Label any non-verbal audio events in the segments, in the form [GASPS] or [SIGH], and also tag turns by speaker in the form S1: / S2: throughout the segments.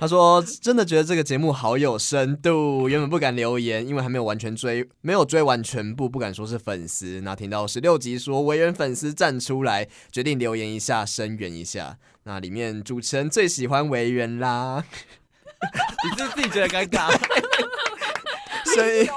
S1: 他说：“真的觉得这个节目好有深度，原本不敢留言，因为还没有完全追，没有追完全部，不敢说是粉丝。那听到十六集说维园粉丝站出来，决定留言一下，声援一下。那里面主持人最喜欢维园啦。”
S2: 你是不是自己觉得尴尬？
S1: 声
S3: [LAUGHS]
S1: 音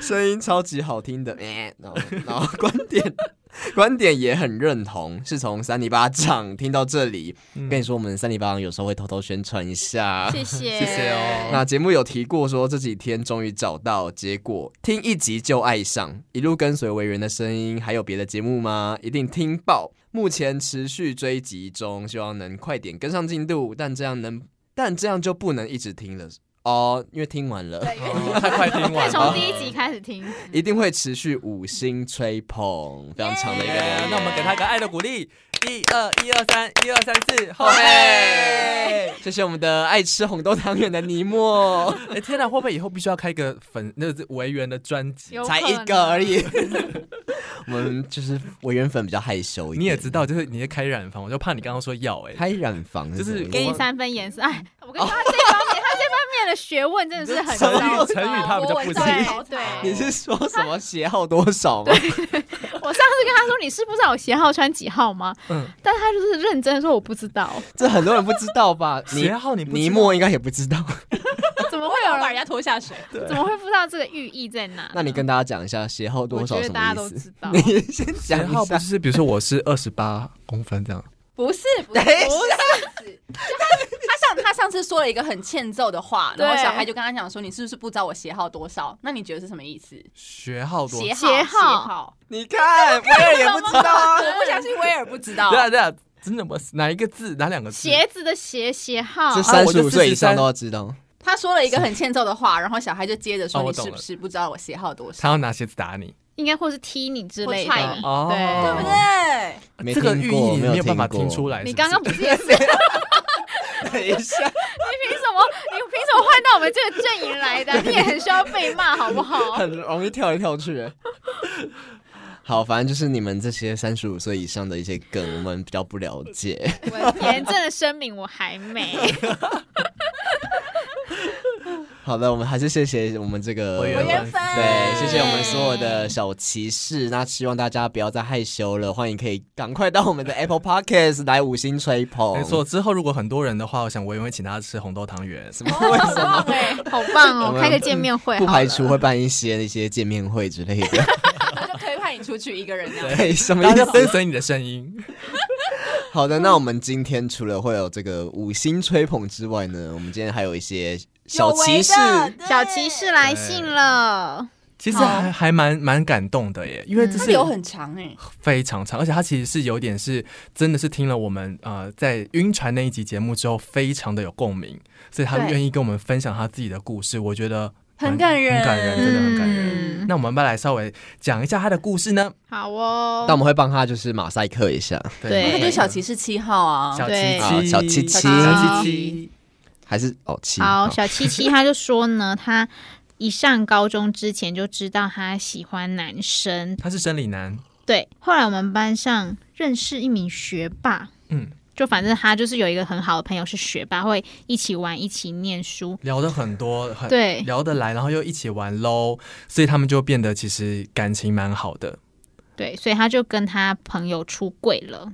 S1: 声音超级好听的， [LAUGHS] 欸然后然后观点 [LAUGHS] 观点也很认同，是从三里巴掌听到这里。跟你说，我们三里巴掌有时候会偷偷宣传一下。[LAUGHS]
S3: 嗯谢谢，
S2: 谢谢哦。
S1: 那节目有提过说这几天终于找到，结果听一集就爱上，一路跟随维园的声音，还有别的节目吗？一定听爆！目前持续追集中，希望能快点跟上进度，但这样能，但这样就不能一直听了哦，因为听完了。
S4: 对，因为
S2: 哦他快听
S3: 可
S2: 完
S3: 以
S2: 了
S3: 从。第一集开始听，
S1: 一定会持续五星吹捧，非常长的一个留
S2: 耶
S1: 言。
S2: 那我们给他一个爱的鼓励，一二一二三，一二三四，后背。
S1: 谢谢我们的爱吃红豆汤圆的尼莫，
S2: 哎，天哪，会不会以后必须要开一个粉那个维园的专辑？
S3: 有
S1: 才
S3: 可
S1: 一
S3: 能
S1: 个而已。 [LAUGHS] 我们就是委员粉比较害羞一点，
S2: 你也知道，就是你在开染房，我就怕你刚刚说要哎。
S1: 开染房
S2: 就
S1: 什
S2: 是
S1: 么意思
S3: 给你三分颜色。哎，我跟你说，他这方面，他这方面的学问真的是很
S2: 成
S3: 高。
S2: 语成语他比较不
S4: 对
S2: 行。
S3: 对对，
S1: 你是说什么鞋号多少吗？
S3: [LAUGHS] 我上次跟他说你是不知道我鞋号穿几号吗？
S2: 嗯，
S3: 但他就是认真地说我不知道，
S1: 这很多人不知道
S2: [LAUGHS]
S1: 吧？你
S2: 学号你不知道
S1: 尼莫应该也不知道。
S3: 怎么
S4: 我
S3: 会
S4: 会有
S3: 有
S4: 人把人
S3: 人
S4: [LAUGHS] 家拖下水。
S3: 怎么会不知道这个寓意在哪？
S1: 那你跟大家讲一下鞋号多
S3: 我
S1: 少
S3: 觉得
S1: 什
S3: 大
S1: 么
S3: 家都
S1: 意思
S3: 知？道。
S1: 你先
S2: 学
S1: 讲
S2: 号
S1: 一
S2: 不
S1: 下。
S2: 是，比如说我是二十八公分这样，
S4: 不是，不
S1: 等
S4: 是，
S1: 一
S4: 不
S1: 下
S4: 是。就他他上他上次说了一个很欠揍的话，然后
S3: 对
S4: 小孩就跟他讲说：“你是不是不知道我鞋号多少？那你觉得是什么意思？”
S2: 学号多
S4: 鞋
S3: 号
S4: 鞋
S3: 鞋号
S4: 号，
S1: 你看，威尔也不知道啊。
S4: 我不相信威尔不知道
S2: 对。啊对啊，真的吗？哪一个字？哪两个字？
S3: 鞋子的鞋鞋号啊
S1: 这，
S2: 是
S1: 三十五岁以上都要知 [LAUGHS] 道。
S4: 他说了一个很欠揍的话，然后小孩就接着说：“
S2: 哦
S4: 你
S2: 我懂
S4: 是不是不知道我鞋号多
S2: 他
S4: 少
S2: 要拿鞋子打你。
S3: 应该或是踢你之类
S4: 或踹
S3: 的
S4: 你。？”
S2: 哦
S3: 对
S4: 对不对？
S1: 没
S2: 这个
S1: 听
S2: 寓
S1: 过
S2: 意你
S1: 没
S2: 没
S1: 有
S2: 有办法
S1: 听过
S2: 听出来是不是。
S3: 你刚刚不是也
S1: [LAUGHS]
S3: 是？你凭
S1: 等一下，
S3: 什么？你凭什么换到我们这个阵营
S1: [LAUGHS]
S3: 来的？你也很需要被骂，好不好？
S1: 很容易跳来跳去。哎 [LAUGHS] 好，反正就是你们这些三十五岁以上的一些梗，我们比较不了解。 [LAUGHS]
S3: 我严正的声明，我还没。
S1: 好的，我们还是谢谢我们这个
S2: 委
S4: 我
S2: 员
S4: 缘
S2: 粉
S4: 分。
S1: 对，谢谢我们所有的小骑士。那希望大家不要再害羞了，欢迎可以赶快到我们的 Apple Podcast 来五星吹捧。
S2: 没错，，之后如果很多人的话，我想我也会请他吃红豆汤圆。
S1: 什么为什么
S3: [LAUGHS]
S4: 棒哎，
S3: 好棒
S1: 我
S3: 哦，
S1: 们
S3: 开个见面会好
S1: 不
S3: 了，
S1: 排除会办一些那些见面会之类的？
S4: 他就推派你出去一个人这
S1: [LAUGHS]
S4: 样。
S1: 对，什么
S2: 大
S1: 意
S2: 家
S1: 思
S2: 跟？随你的声音，
S1: 好的，那我们今天除了会有这个五星吹捧之外呢，我们今天还有一些 [LAUGHS] 小骑士。
S4: 有为的对
S3: 小骑士来信了。
S2: 其实还还蛮蛮感动的耶，因为这
S4: 他
S2: 是
S3: 嗯
S4: 有很长哎，
S2: 非常长，而且他其实是有点是真的是听了我们呃在晕船那一集节目之后，非常的有共鸣，所以他
S3: 对
S2: 愿意跟我们分享他自己的故事，我觉得
S4: 很
S2: 蛮
S4: 感人
S2: 很感人，真的很感人。
S3: 嗯
S2: 那我们要不要来稍微讲一下他的故事呢？
S3: 好哦
S1: 那我。们会帮他就是马赛克一下，
S3: 对
S4: 那就小骑
S2: 士，
S4: 士七号啊。
S2: 小
S3: 对
S2: 七七，
S1: 好小七七
S2: 小七七，
S1: 还是哦七
S3: 好，小七七他就说呢，他一上高中之前就知道他喜欢男生，
S2: 他是生理男，
S3: 对。后来我们班上认识一名学霸，
S2: 嗯，
S3: 就反正他就是有一个很好的朋友是学霸，会一起玩，一起念书。
S2: 聊的很多，很
S3: 对
S2: 聊得来，然后又一起玩喽，所以他们就变得其实感情蛮好的，
S3: 对，所以他就跟他朋友出柜了。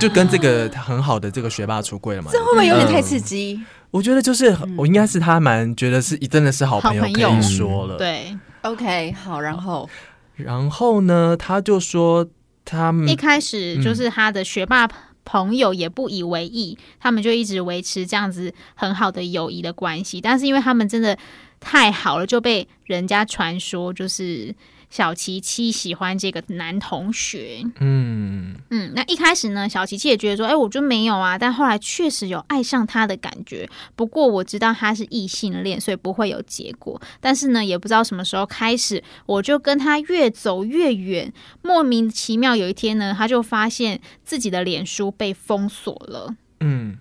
S2: 就跟这个很好的这个学霸出柜了嘛。
S4: 这会不会有点太刺激？
S2: 我觉得就是我应该是他蛮觉得是真的是好朋友
S3: 好
S2: 可
S3: 朋友
S2: 以说了。，
S3: 嗯对，
S2: 嗯
S4: OK，好，然后
S2: 然后呢，他就说他们
S3: 一开始就是他的学霸朋友也不以为意，他们就一直维持这样子很好的友谊的关系。但是因为他们真的太好了，就被人家传说就是小琪琪喜欢这个男同学。
S2: 嗯，
S3: 嗯，那一开始呢，小琪琪也觉得说，哎、我就没有啊。但后来确实有爱上他的感觉。不过我知道他是异性恋，所以不会有结果。但是呢，也不知道什么时候开始，我就跟他越走越远。莫名其妙有一天呢，他就发现自己的脸书被封锁了。
S2: 嗯，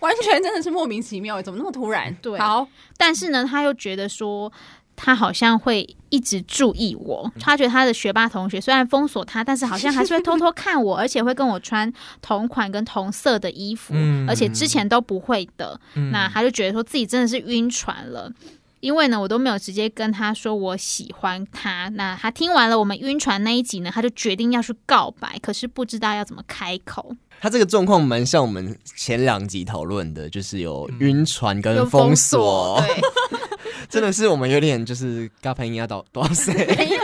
S4: 完全真的是莫名其妙，欸怎么那么突然？
S3: 对
S4: 好，
S3: 但是呢，他又觉得说。他好像会一直注意我，
S2: 嗯
S3: 他觉得他的学霸同学虽然封锁他，但是好像还是会偷偷看我，而且会跟我穿同款跟同色的衣服，
S2: 嗯
S3: 而且之前都不会的。
S2: 嗯
S3: 那他就觉得说自己真的是晕船了。因为呢，我都没有直接跟他说我喜欢他。那他听完了我们晕船那一集呢，他就决定要去告白，可是不知道要怎么开口。
S1: 他这个状况蛮像我们前两集讨论的，就是有晕船跟封锁，
S4: [LAUGHS]
S3: 对，
S1: [LAUGHS] 真的是我们有点就是嘎潘亚到多少
S4: [LAUGHS]
S1: 岁？
S3: 没有，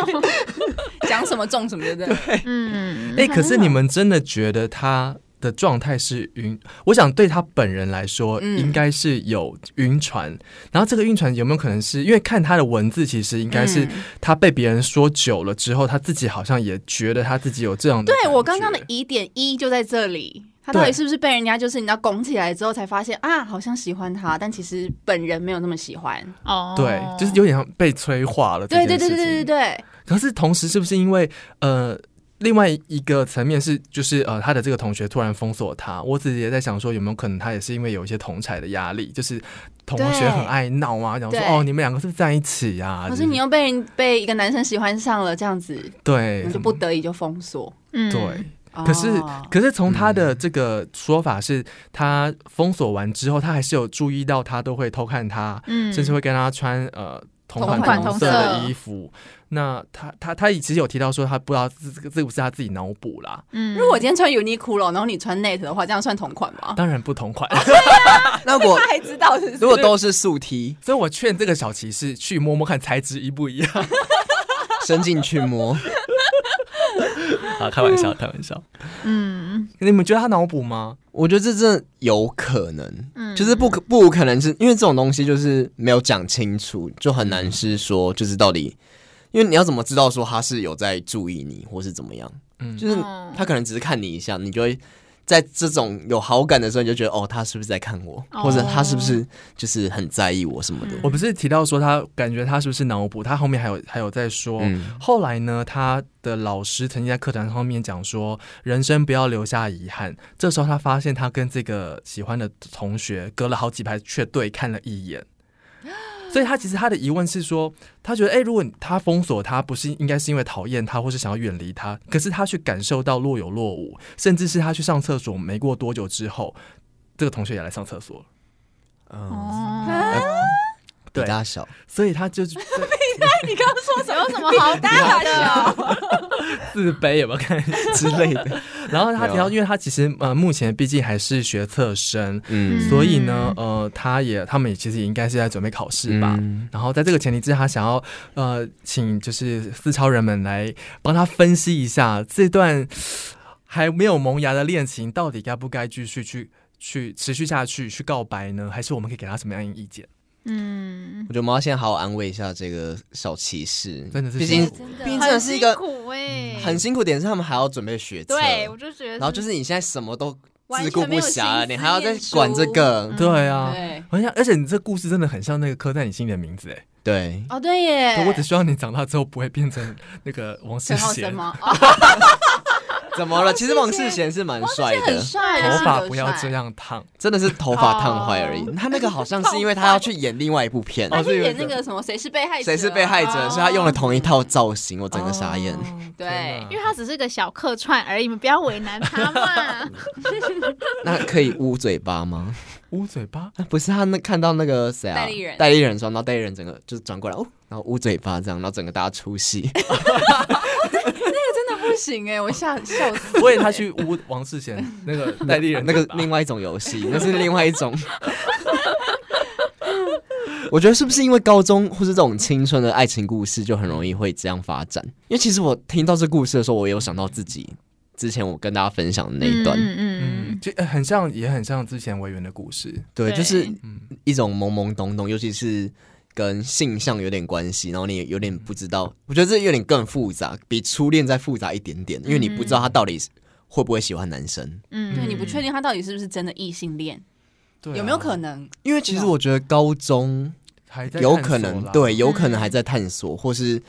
S4: 讲什么中什么，对不对？
S3: 嗯，
S2: 哎、可是你们真的觉得他的状态是晕？我想对他本人来说，
S4: 嗯
S2: 应该是有晕船。然后这个晕船有没有可能是因为看他的文字，其实应该是
S4: 嗯
S2: 他被别人说久了之后，他自己好像也觉得他自己有这样的感觉。
S4: 对我刚刚的疑点一就在这里，他到底是不是被人家就是你知道拱起来之后才发现啊，好像喜欢他，但其实本人没有那么喜欢。
S3: 哦，
S2: 对，就是有点像被催化了。
S4: 啊对对对对对对。对，
S2: 可是同时，是不是因为呃？另外一个层面是，就是呃，他的这个同学突然封锁他，我自己也在想说，有没有可能他也是因为有一些同才的压力，就是同学很爱闹啊，讲说
S4: 对
S2: 哦，你们两个是不是在一起呀、啊？
S4: 可是你
S2: 就是
S4: 又被被一个男生喜欢上了，这样子
S2: 对
S4: 你就不得已就封锁。啊
S3: 嗯
S2: 对。可是，可是从他的这个说法是，他封锁完之后，他还是有注意到他都会偷看他，
S3: 嗯，
S2: 甚至会跟他穿呃同
S4: 同
S2: 款
S4: 款
S2: 同
S4: 同
S2: 色的
S3: 色
S2: 衣服。那他他他其实有提到说，他不知道这这个这个是他自己脑补啦，
S3: 嗯，
S4: 如果我今天穿 Uniqlo，然后你穿 Net 的话，这样算同款
S1: [LAUGHS]
S4: 吗？
S2: 当然不同 [LAUGHS] 款。
S1: 那我
S4: 他还知道是不是
S1: 如果都是速踢，
S2: 所以我劝这个小骑士去摸摸看材质一不一样。
S1: 伸进去摸，
S2: [LAUGHS] 啊，开玩笑，开玩笑。
S3: 嗯
S2: [LAUGHS] 你们觉得他脑补吗？
S1: 我觉得这真的有可能，
S3: 嗯
S1: 就是不可不可能是因为这种东西就是没有讲清楚，就很
S3: 嗯
S1: 难是说就是到底。因为你要怎么知道说他是有在注意你，或是怎么样？
S2: 嗯
S1: 就是
S3: 哦
S1: 他可能只是看你一下，你就会在这种有好感的时候，你就觉得哦，他是不是在看我，
S3: 哦嗯
S1: 或者他是不是就是很在意我什么的？
S2: 我不是提到说他感觉他是不是脑补？他后面还有还有在说，
S1: 嗯
S2: 后来呢，他的老师曾经在课堂上面讲说，人生不要留下遗憾。这时候他发现他跟这个喜欢的同学隔了好几排，却对看了一眼。 [GASPS] 所以他其实他的疑问是说，他觉得，哎、如果他封锁他，不是应该是因为讨厌他，或是想要远离他，可是他去感受到若有若无，甚至是他去上厕所，没过多久之后，这个同学也来上厕所了。
S1: 嗯，
S3: 哦，
S1: 比
S2: 呃对
S1: 大小，
S2: 所以他就就
S4: [LAUGHS] 你刚刚说什么？
S3: 有
S4: [LAUGHS]
S3: 什么好
S4: 啊
S3: 大的？
S2: 自卑有没有看 [LAUGHS] 之类的。然后他提到，因为他其实呃，目前毕竟还是学测生，
S1: [LAUGHS] 嗯，
S2: 所以呢，呃，他也他们也其实也应该是在准备考试吧。
S1: 嗯
S2: 然后在这个前提之下，他想要呃，请就是四超人们来帮他分析一下这段还没有萌芽的恋情到底该不该继续去去持续下去去告白呢？还是我们可以给他什么样的意见？
S3: 嗯，
S1: 我觉得我们要先好好安慰一下这个小骑士，
S2: 真的是
S1: 毕竟
S2: 辛苦了
S1: 毕竟真的是一个
S3: 苦哎
S1: 很辛苦点，是他们还要准备学测，
S3: 对，我就觉得，
S1: 然后就是你现在什么都
S4: 完
S1: 自
S4: 全
S1: 顾不
S4: 没有
S1: 暇了，
S4: 心
S1: 你
S4: 思
S1: 还要再
S4: 念书
S1: 管这个，
S3: 嗯
S2: 对啊，
S1: 哎
S4: 对，
S2: 很像，而且你这故事真的很像那个刻在你心里的名字哎。
S1: 对，
S4: 哦对
S2: 对
S4: 耶， [LAUGHS]
S2: 我只希望你长大之后不会变成那个王世
S4: 陈浩
S2: 贤
S4: 森。吗？哦
S1: 怎么了？其实王世贤是蛮帅
S4: 很
S1: 的，
S4: 帅，
S2: 头发不要这，样烫，
S1: 真的是头发烫坏而已。他那个好像是因为他要去演另外一部片，
S4: 他
S2: 哦
S4: 是演那个什么谁是被害者，啊
S1: 谁是被害者，所以他用了同一套造型，我整个傻眼。
S2: 哦
S4: 对
S2: 天哪
S3: 因为他只是个小客串而已，你们不要为难他嘛。
S1: 那可以捂嘴巴吗？
S2: 捂嘴巴，
S1: 啊不是他那看到那个谁啊，
S4: 戴立忍
S1: 戴立忍的时候，然后戴立忍整个就是转过来哦，然后捂嘴巴这样，然后整个大家出戏。
S4: 真的不行哎，我吓笑死。
S2: [LAUGHS] 我以为他去捂王世贤那个
S1: [LAUGHS]
S2: 戴立人
S1: 那个另外一种游戏，那是另外一 [LAUGHS] 种。我觉得是不是因为高中或是这种青春的爱情故事，就很容易会这样发展？因为其实我听到这故事的时候，我也有想到自己之前我跟大家分享 [LAUGHS] 的那一段，
S3: 嗯嗯
S2: 嗯，就呃很像，也很像之前委员的故事。
S1: 对，
S4: 对
S1: 就是
S2: 嗯
S1: 一种懵懵懂懂，尤其是跟性向有点关系，然后你也有点不知道。我觉得这有点更复杂，比初恋再复杂一点点，因为你不知道他到底是会不会喜欢男生。
S3: 嗯
S4: 对，你不确定他到底是不是真的异性恋，
S2: 对啊
S4: 有没有可能？
S1: 因为其实我觉得高中
S2: 还在
S1: 有
S2: 探
S1: 可
S2: 索
S1: 能
S2: 啦
S1: 对，有可
S3: 嗯
S1: 能还在探索，或是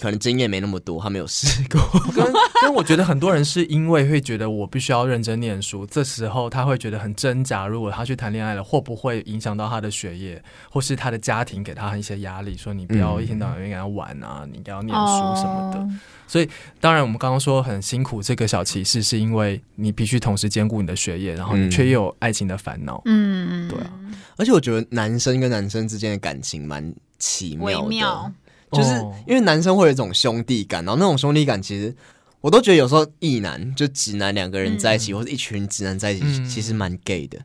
S1: 可能经验没那么多，他没有试过。 [LAUGHS]
S2: 跟跟我觉得很多人是因为会觉得我必须要认真念书，这时候他会觉得很挣扎。如果他去谈恋爱了，会不会影响到他的学业，或是他的家庭给他一些压力，说你不要一天到晚跟他玩啊，你应该要念书什么的。
S3: 哦
S2: 所以，当然我们刚刚说很辛苦这个小骑士，是因为你必须同时兼顾你的学业，然后你却又有爱情的烦恼。
S3: 嗯，
S2: 对啊
S1: 而且我觉得男生跟男生之间的感情蛮奇
S3: 微
S1: 妙的，
S3: 妙，
S1: 就是
S2: 哦
S1: 因为男生会有一种兄弟感，然后那种兄弟感其实我都觉得有时候异男就直男两个人在一
S3: 嗯
S1: 起，或者一群直男在一起，
S2: 嗯
S1: 其实蛮 gay 的，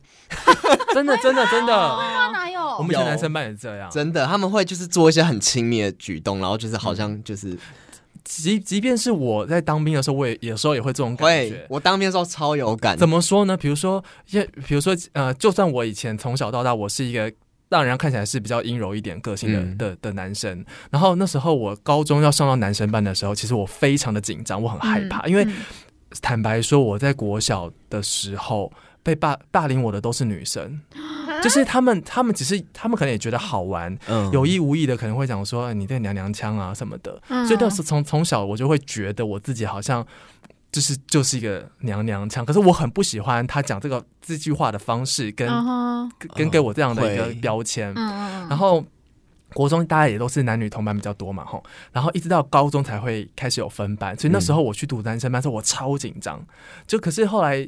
S2: 真的，真的，真的，
S3: 哦
S4: 他啊哪有？
S2: 我们以前男生班也这样。
S1: 真的，他们会就是做一些很亲密的举动，然后就是好
S2: 嗯
S1: 像就是
S2: 即即便是我在当兵的时候，我也有时候也会这种感
S1: 会
S2: 觉，。
S1: 我当兵的时候超有感，
S2: 怎么说呢？比如说，也比如说，呃，就算我以前从小到大，我是一个让人家看起来是比较阴柔一点个性的、
S1: 嗯
S2: 的的男生，然后那时候我高中要上到男生班的时候，其实我非常的紧张，我很害怕，因为
S3: 嗯
S2: 坦白说，我在国小的时候被霸霸凌我的都是女生，
S3: 啊
S2: 就是他们，他们只是他们可能也觉得好玩，
S1: 嗯
S2: 有意无意的可能会讲说哎你这娘娘腔啊什么的，
S3: 嗯
S2: 所以那时候从从小我就会觉得我自己好像。就是就是一个娘娘腔，可是我很不喜欢他讲这个这句话的方式，跟、
S3: 然后
S2: 跟跟给我这样的一个
S1: 会
S2: 标签。
S3: 嗯
S2: 然后国中大家也都是男女同班比较多嘛，吼，然后一直到高中才会开始有分班，所以那时
S1: 嗯
S2: 候我去读男生班的时候，我超紧张。就可是后来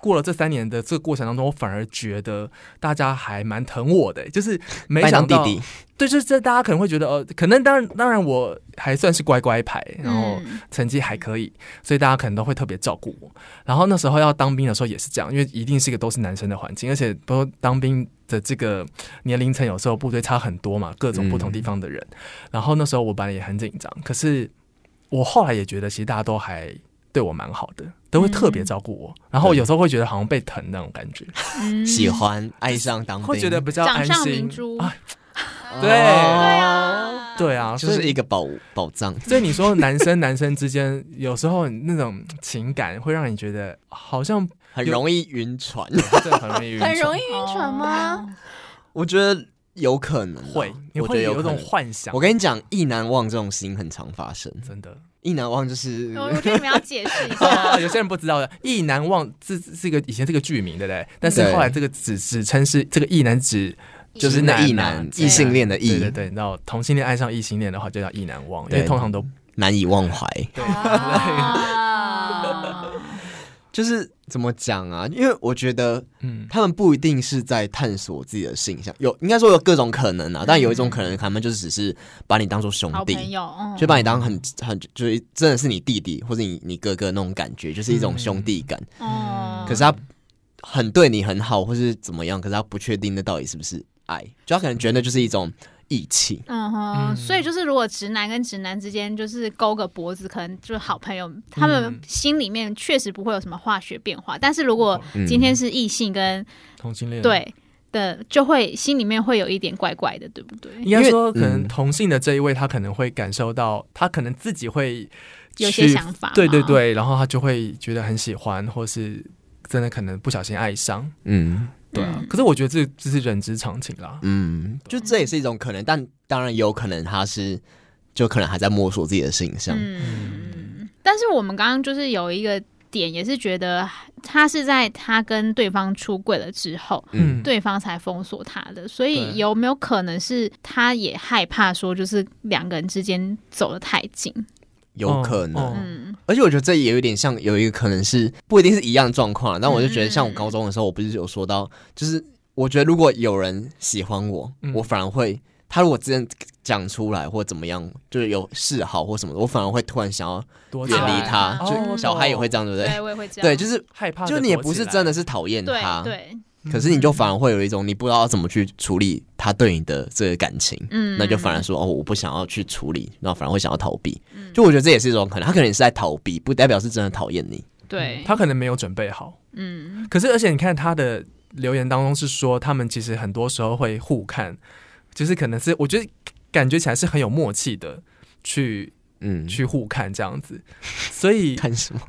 S2: 过了这三年的这个过程当中，我反而觉得大家还蛮疼我的、就是没
S1: 麦
S2: 想
S1: 当弟
S2: 到，
S1: 弟，
S2: 对，就是这大家可能会觉得，呃，可能当然当然我还算是乖乖牌，然后
S3: 嗯
S2: 成绩还可以，所以大家可能都会特别照顾我。然后那时候要当兵的时候也是这样，因为一定是一个都是男生的环境，而且都当兵的这个年龄层有时候部队差很多嘛，各种不同地方的人。然后那时候我本来也很紧张，可是我后来也觉得，其实大家都还对我蛮好的，都会特别照顾我。然后有时候会觉得好像被疼那种感觉，
S3: 嗯
S1: 喜欢爱上当兵，哦
S2: 会觉得比较
S3: 掌
S2: 安
S3: 上
S2: 心
S3: 明。珠
S2: 啊，
S1: 对嗯
S3: 啊，
S2: 对啊，
S1: 就
S2: 所以
S1: 是一个宝宝藏。
S4: [LAUGHS]
S2: 所以你说男生男生之间有时候那种情感会让你觉得好像
S1: 很容易晕船，
S2: [LAUGHS] 真的很
S4: [LAUGHS]
S2: 容易晕船
S4: 很容易晕船 [LAUGHS] 吗？
S1: 我觉得有可能啊
S2: 会，你
S1: 我觉得
S2: 会有一
S1: 可
S2: 种
S1: 能。
S2: 幻想
S1: 我。跟你讲，意难忘这种事情很常发生。
S2: 真的
S1: 意难忘就是
S3: 我我觉得你们要解释一下，
S2: 啊，有些人不知道的，意难忘这这个以前这个剧名对不对？但是
S1: 对
S2: 后来这个指指称是这个意难指
S1: [LAUGHS] 就是那意
S2: 意啊
S1: 难，
S2: 对
S1: 异性恋的
S2: 对
S1: 意
S2: 对，对，然后同性恋爱上异性恋的话就叫意难忘，因
S1: 对
S2: 为通常都
S1: 难以忘怀。嗯
S4: 啊，
S3: 哦
S1: 就是怎么讲啊？因为我觉得
S2: [LAUGHS] 嗯
S1: 他们不一定是在探索自己的性向，有应该说有各种可
S2: 嗯
S1: 能啊，但有一种可能，他们就只是把你当做兄
S3: 好朋
S1: 弟。
S3: 友，嗯
S1: 就把你当很很就是真的是你弟弟或者你你哥哥那种感觉，就是一种
S2: 嗯
S1: 兄弟感。
S3: 哦
S1: 可是他很对你很好，或是怎么样，可是他不确定那到底是不是爱，就他可能觉得那就是一种义气。
S3: 嗯哼，
S2: 嗯
S3: 所以就是如果直男跟直男之间就是勾个脖子，可能就是好朋友，他
S2: 嗯
S3: 们心里面确实不会有什么化学变化。但是如果
S2: 嗯
S3: 今天是异性跟、
S2: 同性恋。
S3: 对的，就会心里面会有一点怪怪的，对不对？
S2: 应该说，可
S1: 因为
S2: 能
S1: 嗯
S2: 同性的这一位，他可能会感受到，他可能自己会
S3: 有些
S2: 去
S3: 想法，
S2: 对对，对，然后他就会觉得很喜欢，或是真的可能不小心爱上。
S1: 嗯
S2: 对啊，可是我觉得这这是人之常情啦。
S1: 嗯，就这也是一种可能，但当然也有可能他是就可能还在摸索自己的性向。
S3: 嗯嗯。但是我们刚刚就是有一个点也是觉得他是在他跟对方出柜了之后，
S2: 嗯，
S3: 对方才封锁他的，所
S2: 对
S3: 以有没有可能是他也害怕说，就是两个人之间走得太近？
S1: 有可能。
S2: 哦
S3: 嗯，
S1: 而且我觉得这也有点像有一个可能是不一定是一样的状况啊，但我就觉得像我高中的时候，我不是有说到，就是我觉得如果有人喜欢我，
S2: 嗯
S1: 我反而会他如果之前讲出来或怎么样，就是有示好或什么的，我反而会突然想要
S2: 多
S1: 远
S2: 起
S1: 离
S2: 来
S1: 他。
S2: 哦
S1: 就小孩也会这样，对
S2: 哎
S1: 不对？
S3: 对，我也会这样。
S1: 对，就是
S2: 害怕，
S1: 就你也不是真的，是讨厌
S3: 对
S1: 他，
S3: 对，
S2: 嗯
S1: 可是你就反而会有一种你不知道怎么去处理他对你的这个感情，
S3: 嗯
S1: 那就反而说哦，我不想要去处理，然后反而会想要逃避。
S3: 嗯
S1: 就我觉得这也是一种可能，他可能也是在逃避，不代表是真的讨厌你。
S3: 对，
S2: 他可能没有准备好。
S3: 嗯，
S2: 可是，而且你看他的留言当中是说，他们其实很多时候会互看，就是可能是我觉得感觉起来是很有默契的，去
S1: 嗯，
S2: 去互看这样子，
S1: [LAUGHS]
S2: 所以
S1: 看什
S2: [LAUGHS]
S1: 么？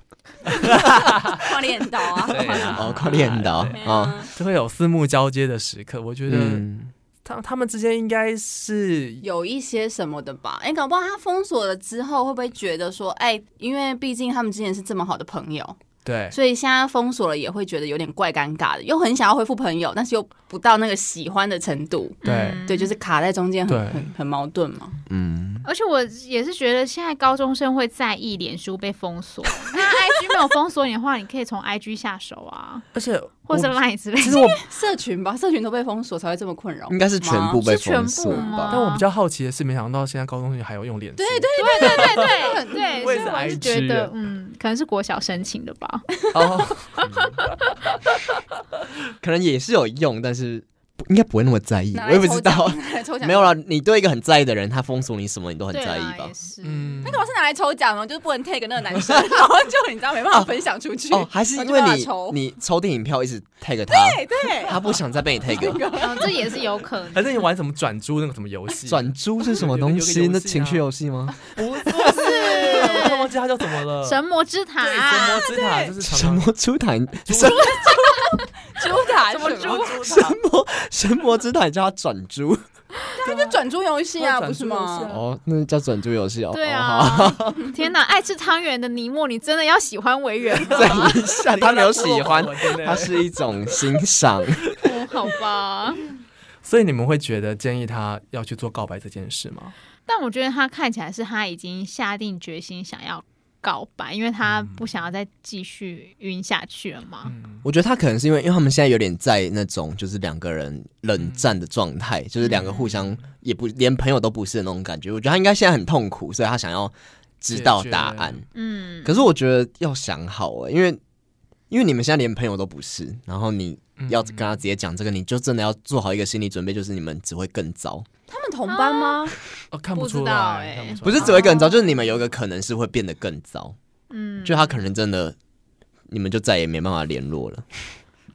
S4: 跨练岛啊，
S2: 对啊
S1: 哦，快练的
S2: 对
S1: 啊，
S2: 就会有四目交接的时刻。我觉得
S1: 嗯，
S2: 他他们之间应该是
S4: 有一些什么的吧？哎、搞不好他封锁了之后，会不会觉得说，哎、因为毕竟他们之前是这么好的朋友，
S2: 对
S4: 所以现在封锁了也会觉得有点怪尴尬的，又很想要恢复朋友，但是又不到那个喜欢的程度。
S2: 对
S3: 嗯
S4: 对，就是卡在中间很，
S2: 对
S4: 很很矛盾嘛。
S1: 嗯，
S3: 而且我也是觉得现在高中生会在意脸书被封锁， [LAUGHS] 那 IG 没有封锁你的话，你可以从 IG 下手啊，
S2: 而且
S3: 或者是
S2: 我
S3: Line 之类
S2: 其
S3: 的。
S2: 实我，
S4: 社群吧，社群都被封锁才会这么困扰。
S1: 应该是全部被封锁
S3: 是全部吗
S1: 吧？
S2: 但我比较好奇的是，没想到现在高中生还有用脸书，对对
S3: 对对对对
S1: [LAUGHS]
S3: 对，
S2: 我
S3: 所以
S2: 也是
S3: 我是
S2: IG
S3: 觉
S2: 耶
S3: 得，嗯，可能是国小申请的吧。
S2: 哦， [LAUGHS]
S1: 可能也是有用，但是不应该不会那么在意，
S4: 拿
S1: 我
S4: 来
S1: 也不知
S4: 抽
S1: 道
S4: 奖。拿来抽
S1: [LAUGHS]
S4: 奖
S1: 没有啦，你对一个很在意的人，他封锁你什么，你都很
S3: 对
S1: 在意
S3: 啦，
S1: 吧
S3: 也？是，
S2: 嗯，
S4: 那个我是拿来抽奖的，就是不能 take 那个
S1: [LAUGHS]
S4: 男生，然后就你知道没办法分享出去。 [LAUGHS]
S1: 哦，还是因为
S4: 我就没办
S1: 你
S4: 法抽
S1: 你抽电影票一直 tag 他，
S4: 对对，
S1: 他不想再被你
S2: [LAUGHS]
S1: tag。
S3: 哦这也是有可能。
S2: 还是你玩什么转珠那个什么游戏？
S1: 转珠是什么东
S2: 有
S1: 西？
S2: 一个游戏啊
S1: 那情趣游戏吗？
S2: 不是， [LAUGHS] 我突然忘记它叫什么了。
S3: 神魔之塔啊
S2: 对神魔之塔就是
S1: 什
S2: [LAUGHS] 常常
S1: 么珠塔？
S2: 珠
S1: 神
S4: 猪塔什么
S2: 神
S4: 猪
S2: 魔，之
S1: 神
S2: 塔
S1: 魔神魔之塔叫它转珠
S2: 对啊
S4: 转猪游戏啊，
S2: 对
S4: 不是
S2: 转猪游
S4: 吗
S2: 戏啊？
S1: 哦，那叫转珠游戏哦。
S3: 对
S1: 哦好
S3: 啊， [LAUGHS] 天哪！爱吃汤圆的尼莫，你真的要喜欢维
S1: [LAUGHS]
S3: 园吗？
S1: 等一
S2: [LAUGHS]
S1: 下，他没有喜欢，
S2: 真的
S1: 它是一种欣赏。
S3: 哦好吧，
S2: 所以你们会觉得建议他要去做告白这件事吗？
S3: 但我觉得他看起来是他已经下定决心想要告白，因为
S1: 嗯
S3: 他不想要再继续晕下去了嘛。
S1: 我觉得他可能是因为，因为他们现在有点在那种就是两个人
S2: 嗯
S1: 冷战的状态，就是两个互相也不连朋友都不是的那种感觉。我觉得他应该现在很痛苦，所以他想要知道答案。
S3: 嗯，
S1: 可是我觉得要想好欸，因为因为你们现在连朋友都不是，然后你
S2: 嗯
S1: 要跟他直接讲这个，你就真的要做好一个心理准备，就是你们只会更糟，
S4: 他们同班吗？
S2: 哦，看不
S3: 不知
S2: 出
S3: 道
S2: 来，
S3: 欸
S2: 看出
S1: 不
S2: 来
S1: 是只会更糟，就是你们有一个可能是会变得更糟，
S3: 嗯，
S1: 就他可能真的你们就再也没办法联络了。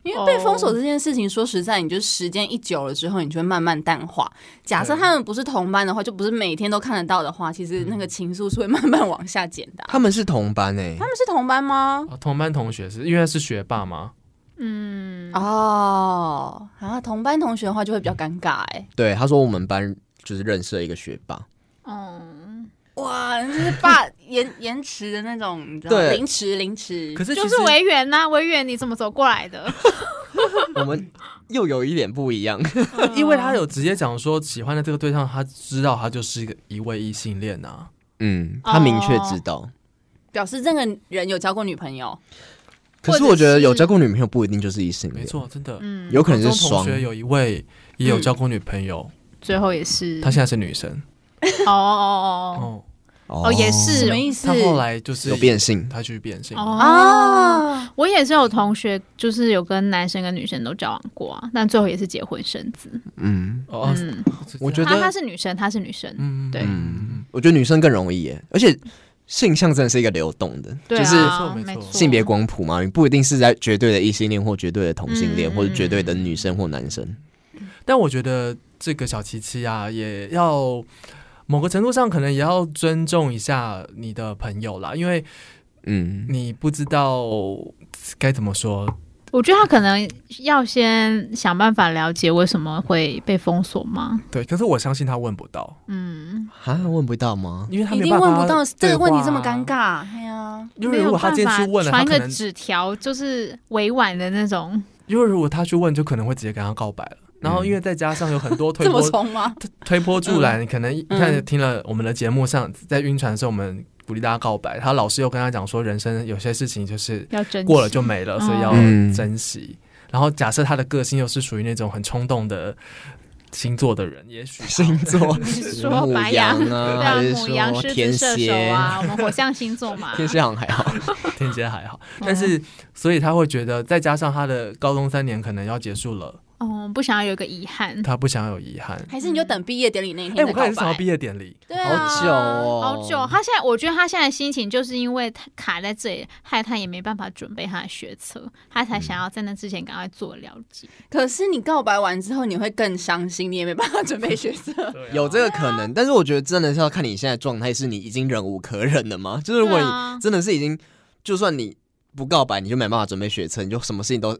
S4: 因为被封锁这件事情，说实在，你就时间一久了之后，你就会慢慢淡化。假设他们不是同班的话，就不是每天都看得到的话，其实那
S1: 嗯
S4: 个情愫是会慢慢往下减的啊。
S1: 他们是同班哎、
S4: 他们是同班吗？
S2: 哦同班同学是因为是学霸嘛？
S3: 嗯，
S4: 哦，啊，同班同学的话就会比较尴尬哎。
S1: 对，他说我们班就是认识了一个学霸，
S3: 哦，
S4: 哇，就是把延延迟的那种，你知道吗，
S1: 对
S4: 凌迟凌迟。
S2: 可是
S3: 就
S2: 其
S3: 是
S2: 实
S3: 维园呐，维园你怎么走过
S1: [LAUGHS]
S3: 来的？
S1: 我们又有一点不一
S2: [LAUGHS]
S1: 样。
S2: 因为他有直接讲说喜欢的这个对象，他知道他就是一个一位异性恋啊呐。
S1: 嗯，他明确知道。
S3: 哦
S4: 表示这个人有交过女朋友，
S1: 可是我觉得有交过女朋友不一定就是异性
S2: 没
S1: 恋，
S2: 错，真的。
S3: 嗯，
S1: 有可能
S2: 高
S1: 是
S2: 中同
S1: 双。嗯
S2: 学有一位也有交过女朋友，
S3: 最后也是
S2: 她现在是女生
S3: 哦
S4: 嗯
S3: 哦
S2: 哦，
S3: 哦也是
S4: 什么意思？
S2: 她后来就是
S1: 有变性。
S2: 她去变性
S3: 哦。哦，
S4: 啊，
S3: 我也是有同学，就是有跟男生跟女生都交往过啊，但最后也是结婚生子。
S1: 嗯，
S2: 哦，
S3: 嗯，
S1: 我觉
S3: 他他
S1: 得，
S3: 是女生，他是女生，
S2: 嗯
S3: 对
S1: 嗯，我觉得女生更容易耶，而且性向真的是一个流动的，
S3: 对
S1: 就是
S3: 啊，
S2: 没错没错
S3: 错
S1: 性别光谱嘛，你不一定是在绝对的异性恋或绝对的同性恋，
S3: 嗯
S1: 或者绝对的女生或男生。
S2: 但我觉得这个小琪琪啊，也要某个程度上可能也要尊重一下你的朋友啦，因为
S1: 嗯，
S2: 你不知道该怎么说。
S3: 我觉得他可能要先想办法了解为什么会被封锁嘛。
S2: 对，可是我相信他问不到，
S3: 嗯，
S1: 啊，问不到吗？
S2: 因为他
S4: 一
S2: 没
S4: 定
S2: 办法、
S4: 问不到这个问题这么尴
S2: 尬。
S4: 尬，哎呀，
S2: 因
S3: 没
S2: 为如
S3: 有
S2: 果他
S3: 办
S2: 今天
S3: 法
S2: 去问了，他
S3: 传
S2: 可
S3: 个
S2: 能
S3: 纸条，就是委婉的那种。
S2: 因为如果他去问，就可能会直接跟他告白了。
S1: 嗯
S2: 然后因为再加上有很多推
S4: 这 [LAUGHS] 么
S2: 波
S4: 冲吗？
S2: 推波助澜，可能一
S4: 嗯
S2: 看听了我们的节目上，在晕船的时候，我们鼓励大家告白，他老师又跟他讲说，人生有些事情就是
S3: 要珍惜
S2: 过了就没了，
S3: 嗯
S2: 所以要
S1: 嗯
S2: 珍惜。然后假设他的个性又是属于那种很冲动的星座的人，也许他
S1: 星
S2: [LAUGHS]
S1: 座，
S3: [LAUGHS] 你 [LAUGHS] 说
S1: 母
S3: 白
S1: 羊 [LAUGHS]
S3: 羊
S1: 啊，
S3: 对啊，
S1: 还是
S3: 母羊、
S1: 说
S3: 狮
S1: 天
S3: 子、射手
S1: 蝎 [LAUGHS]
S3: 啊，我们火象星座嘛。
S1: 天蝎好像还好，
S2: 天蝎还好，
S4: 嗯
S2: 但是所以他会觉得，再加上他的高中三年可能要结束了，
S3: 哦，不想要有个遗憾，
S2: 他不想有遗
S4: [LAUGHS]
S2: 憾。
S4: 还是你就等毕业典礼嗯那一
S2: 哎，
S4: 天
S2: 我
S4: 再
S2: 刚才是
S4: 告
S2: 想到
S4: 白
S2: 毕？业典礼，
S4: 对啊，
S1: 好久哦，
S3: 好久。他现在，我觉得他现在心情就是因为他卡在这里，害他也没办法准备他的学测，他才想要在那之前赶快做了解。
S4: 可是你告白完之后，你会更伤心，你也没办法准备学测。
S1: 有这个可能，但是我觉得真的是要看你现在状态，是你已经忍无可忍了吗？
S2: 嗯
S1: 就是如果
S3: 对啊
S1: 你真的是已经，就算你不告白，你就没办法准备学车，你就什么事情都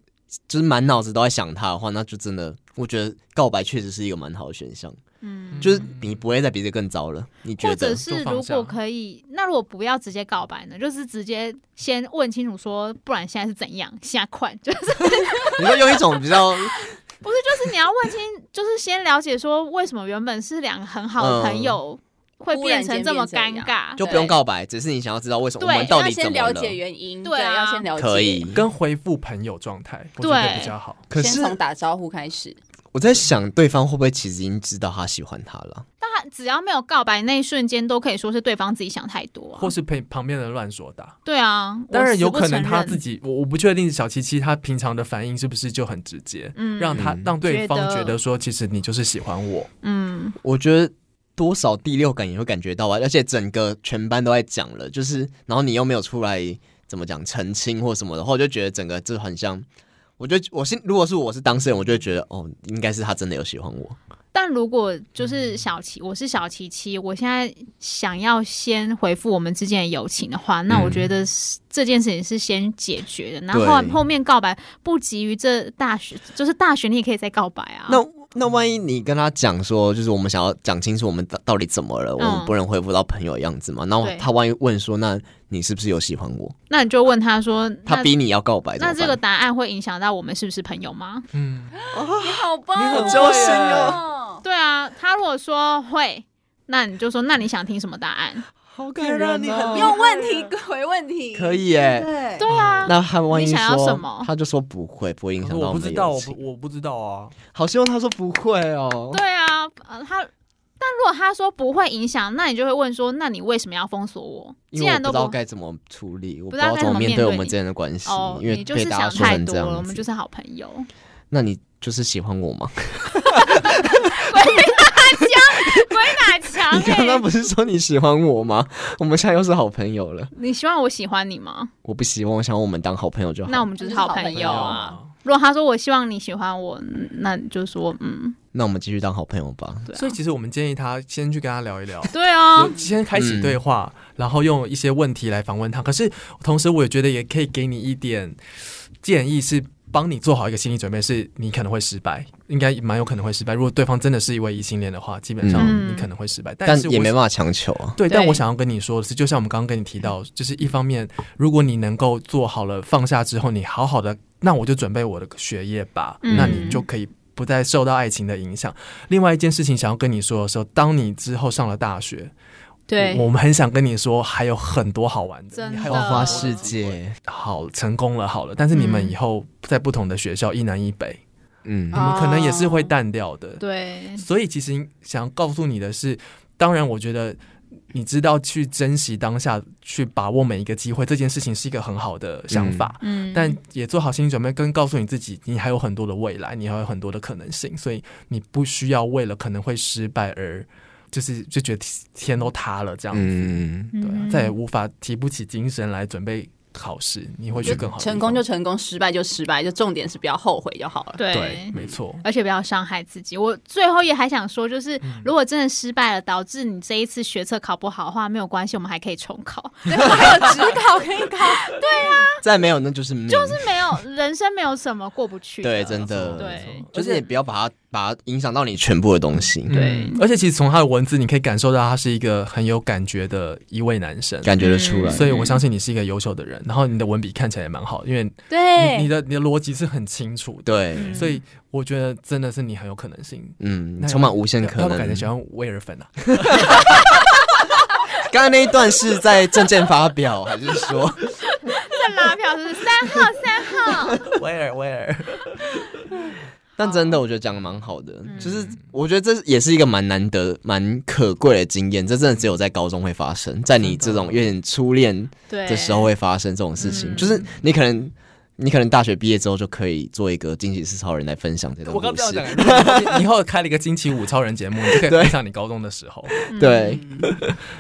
S1: 就是满脑子都在想他的话，那就真的，我觉得告白确实是一个蛮好的选项，
S3: 嗯，
S1: 就是你不会再比这更糟了。你觉
S3: 或
S1: 得
S3: 者？是
S2: 就放
S3: 如
S2: 下
S3: 果可以，那如果不要直接告白呢？就是直接先问清楚说，不然现在是怎样？下款就是 [LAUGHS]
S1: 你会用一种比较？
S3: 不是就是你要问清，就是先了解说为什么原本是两个很好的
S2: 嗯
S3: 朋友、会
S4: 忽然
S3: 变
S4: 间
S3: 成这么
S4: 变
S3: 尴
S4: 这
S3: 尬
S1: 就不用告白，只是你想要知道为什么我
S3: 对
S1: 们 [LAUGHS] 到
S4: 要
S1: 底
S4: 先
S1: 怎
S4: 了
S1: 么
S4: 解原因，
S3: 对啊
S4: 要先了解，
S1: 可以，
S2: 跟回复朋友状态，我觉得
S3: 对
S2: 比较好。
S1: 可
S4: 先
S1: 是
S4: 从打招呼开始。
S1: 我在想，对方会不会其实已经知道他喜欢他了？
S3: 但他只要没有告白那一瞬间，都可以说是对方自己想太多、啊，
S2: 或是陪旁边人乱说的，
S3: 对啊，
S2: 当
S3: 我
S2: 然
S3: 死
S2: 有
S3: 不
S2: 可能
S3: 承
S2: 他
S3: 认
S2: 自己，我我不确定小七七他平常的反应是不是就很直接，
S3: 嗯
S2: 让他
S1: 嗯
S2: 让对方
S3: 觉得
S2: 觉得说，其实你就是喜欢我，
S3: 嗯
S1: 我觉得多少第六感也会感觉到啊，而且整个全班都在讲了，就是然后你又没有出来怎么讲澄清或什么的话，我就觉得整个这很像。我觉得我心如果是我是当事人，我就会觉得哦，应该是他真的有喜欢我。
S3: 但如果
S1: 嗯
S3: 就是小琪，我是小琪琪，我现在想要先回复我们之间的友情的话，那我觉得是这件事情是先解决的，然后后
S1: 嗯对
S3: 后面告白不急于这大学，就是大学你也可以再告白啊。
S1: 那那万一你跟他讲说，就是我们想要讲清楚我们到到底怎么了，我们不能恢复到朋友的样子嘛？然后
S3: 嗯对
S1: 他万一问说，那你是不是有喜欢我？
S3: 那你就问他说，
S1: 他
S3: 那
S1: 逼你要告白，
S3: 那
S1: 怎
S3: 这
S1: 么
S3: 个
S1: 办
S3: 答案会影响到我们是不是朋友吗？
S2: 嗯，
S4: 你好棒
S2: 你
S4: 哦，
S2: 很揪心
S4: 哦。
S3: 对啊，他如果说会，那你就说，那你想听什么答案？
S1: 好感
S2: 啊
S1: 人哦
S4: 用问题回问题，
S1: 可以耶、
S4: 对，
S3: 对啊，
S1: 那他万一
S3: 你想要
S1: 说
S3: 什么
S1: 他就说不会，不会影
S2: 可是
S1: 响到
S2: 我不
S1: 们的
S2: 知道，
S1: 友
S2: 我
S1: 情。
S2: 不我不知道啊，
S1: 好希望他说不会哦。
S3: 对啊，呃，他，但如果他说不会影响，那你就会问说，那你为什么要封锁我？
S1: 因
S3: 既
S1: 为我
S3: 然
S1: 不
S3: 都
S1: 知道该怎么处理，我
S3: 不
S1: 不
S3: 知
S1: 知道
S3: 道该
S1: 怎
S3: 怎么
S1: 面
S3: 面
S1: 对我
S3: 对
S1: 们
S3: 你
S1: 之间的关系，
S3: 哦，
S1: 因为
S3: 你就
S1: 被
S3: 是
S1: 大家
S3: 想
S1: 说
S3: 太
S1: 成
S3: 多
S1: 这
S3: 了，我
S1: 样
S3: 们
S1: 子。
S3: 就是好朋友。 [LAUGHS]
S1: 那你就是喜欢我吗？
S3: 鬼打
S1: [LAUGHS]
S3: 墙、
S1: 你刚刚
S3: 欸，
S1: 不是说你喜欢我吗？ [LAUGHS] 我们现在又是好朋友了。
S3: 你希望我喜欢你吗？
S1: 我不希望，我想我们当好朋友就好。
S3: 那我们就是好朋
S4: 没
S3: 友
S4: 有
S3: 啊。，如果他说我希望你喜欢我，嗯那你就说嗯，
S1: 那我们继续当好朋友吧。
S3: 对啊
S2: 所以其实我们建议他先去跟他聊一聊。
S3: 对啊
S2: 有，先开
S1: 嗯
S2: 始对话，然后用一些问题来访问他。可是同时，我也觉得也可以给你一点建议，是帮你做好一个心理准备，是你可能会失败，应该蛮有可能会失败。如果对方真的是一位异性恋的话，基本上
S3: 嗯
S2: 你可能会失败，
S1: 但
S2: 是我
S1: 也没办法强求啊。
S2: 对，
S3: 对
S2: 但我想要跟你说的是，就像我们刚刚跟你提到，就是一方面，如果你能够做好了放下之后，你好好的，那我就准备我的学业吧，
S3: 嗯
S2: 那你就可以不再受到爱情的影响。另外一件事情想要跟你说的时候，当你之后上了大学，
S3: 对
S2: 我，我们很想跟你说，还有很多好玩的，
S3: 真
S2: 你
S3: 的
S2: 还有
S1: 花
S2: 很多
S1: 花
S2: 的
S1: 世
S2: 机会，
S1: 界，
S2: 好成功了，好了，但是你们
S3: 嗯
S2: 以后在不同的学校，一南一北，
S1: 嗯
S2: 你，们可能也是会
S4: 哦
S2: 淡掉的。
S3: 对，
S2: 所以其实想告诉你的是，当然，我觉得你知道去珍惜当下，去把握每一个机会，这件事情是一个很好的想法。
S3: 嗯，
S2: 但也做好心理准备，跟告诉你自己，你还有很多的未来，你还有很多的可能性，所以你不需要为了可能会失败而就是就觉得天都塌了这样子，
S1: 嗯，
S2: 对、啊
S3: 嗯，
S2: 再也无法提不起精神来准备考试，你会去更好的地
S4: 成功就
S2: 方
S4: 成功，失败就失败，就重点是不要后悔就好了。
S3: 对
S2: 对，没错。
S3: 而且不要伤害自己。我最后也还想说，就是
S1: 嗯
S3: 如果真的失败了，导致你这一次学测考不好的话，没有关系，我们还可以重考。 [LAUGHS]
S4: 对，我还有指考可以 [LAUGHS] 考。
S1: 再没有那就是命，
S3: 就是没有人生没有什么过不去的。
S1: 对，真的，
S3: 对
S2: 没错
S1: 就是也不要把它把它影响到你全部的东西，
S3: 对
S2: 嗯而且其实从他的文字，你可以感受到他是一个很有感觉的一位男生，
S1: 感觉得出来。
S2: 所以我相信你是一个优秀的人。然后你的文笔看起来也蛮好，因为你
S4: 对，
S2: 你的你的逻辑是很清楚的，
S1: 对，
S3: 嗯
S2: 所以我觉得真的是你很有可能性。
S1: 嗯，
S2: 那
S1: 充满无限可
S2: 要不
S1: 能
S2: 改。成喜欢威尔粉啊？
S1: 刚刚那一段是在证件发表，还是说 [LAUGHS]
S3: 这拉票是三号，三号。
S2: [LAUGHS] 威尔威尔，
S1: 但真的，我觉得讲的蛮好的，就是我觉得这也是一个蛮难得、蛮可贵的经验。这真的只有在高中会发生，在你这种有点初恋
S3: 对，
S1: 的时候会发 [LAUGHS] 生这种事情，
S3: 嗯
S1: 就是你可能。你可能大学毕业之后就可以做一个惊喜四超人来分享这种
S2: 我刚
S1: 故
S2: 这样
S1: 事，
S2: 讲， [LAUGHS] 你以后开了一个惊奇五超人节目，你就可以分享你高中的时候。
S1: 对，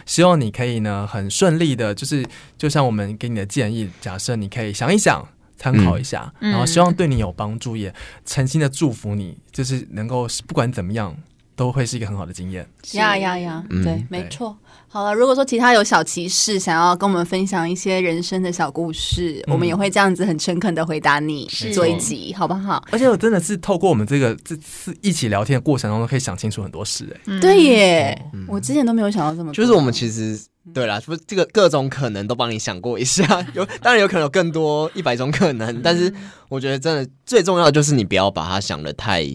S2: 希望你可以呢很顺利的，就是就像我们给你的建议，假设你可以想一想。参考一下，
S3: 嗯
S2: 然后希望对你有帮助，也诚心的祝福你，就是能够不管怎么样，都会是一个很好的经验。
S4: 呀呀呀，
S1: 嗯
S4: 对，没错。好了，如果说其他有小骑士想要跟我们分享一些人生的小故事，
S2: 嗯
S4: 我们也会这样子很诚恳的回答你
S3: 是，
S4: 做一集好不好？
S2: 而且我真的是透过我们这个这次一起聊天的过程当中，可以想清楚很多事、哎，
S3: 嗯
S4: 对耶，我之前都没有想到这
S2: 嗯
S4: 么多，
S1: 嗯就是我们其实对啦，就是这个各种可能都帮你想过一下，有当然有可能有更多一百种可
S2: 嗯
S1: 能，但是我觉得真的最重要的就是你不要把它想的太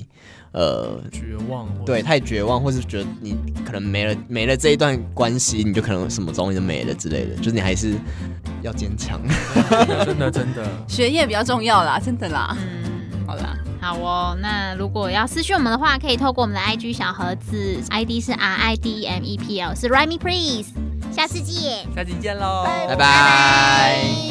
S1: 呃。
S2: 绝望或者
S1: 对，太绝望，或是觉得你可能没了没了这一段关系，你就可能什么东西都没了之类的，就是你还是要坚强。
S2: 真的真的，
S4: 学业比较重要啦，真的啦。
S3: 嗯
S4: 好啦，
S3: 好哦，那如果要私讯我们的话，可以透过我们的 IG 小盒子，ID 是 R I D E M E P L，是 Rhyme Please，下次见，
S2: 下期见喽，
S1: 拜拜。
S3: 拜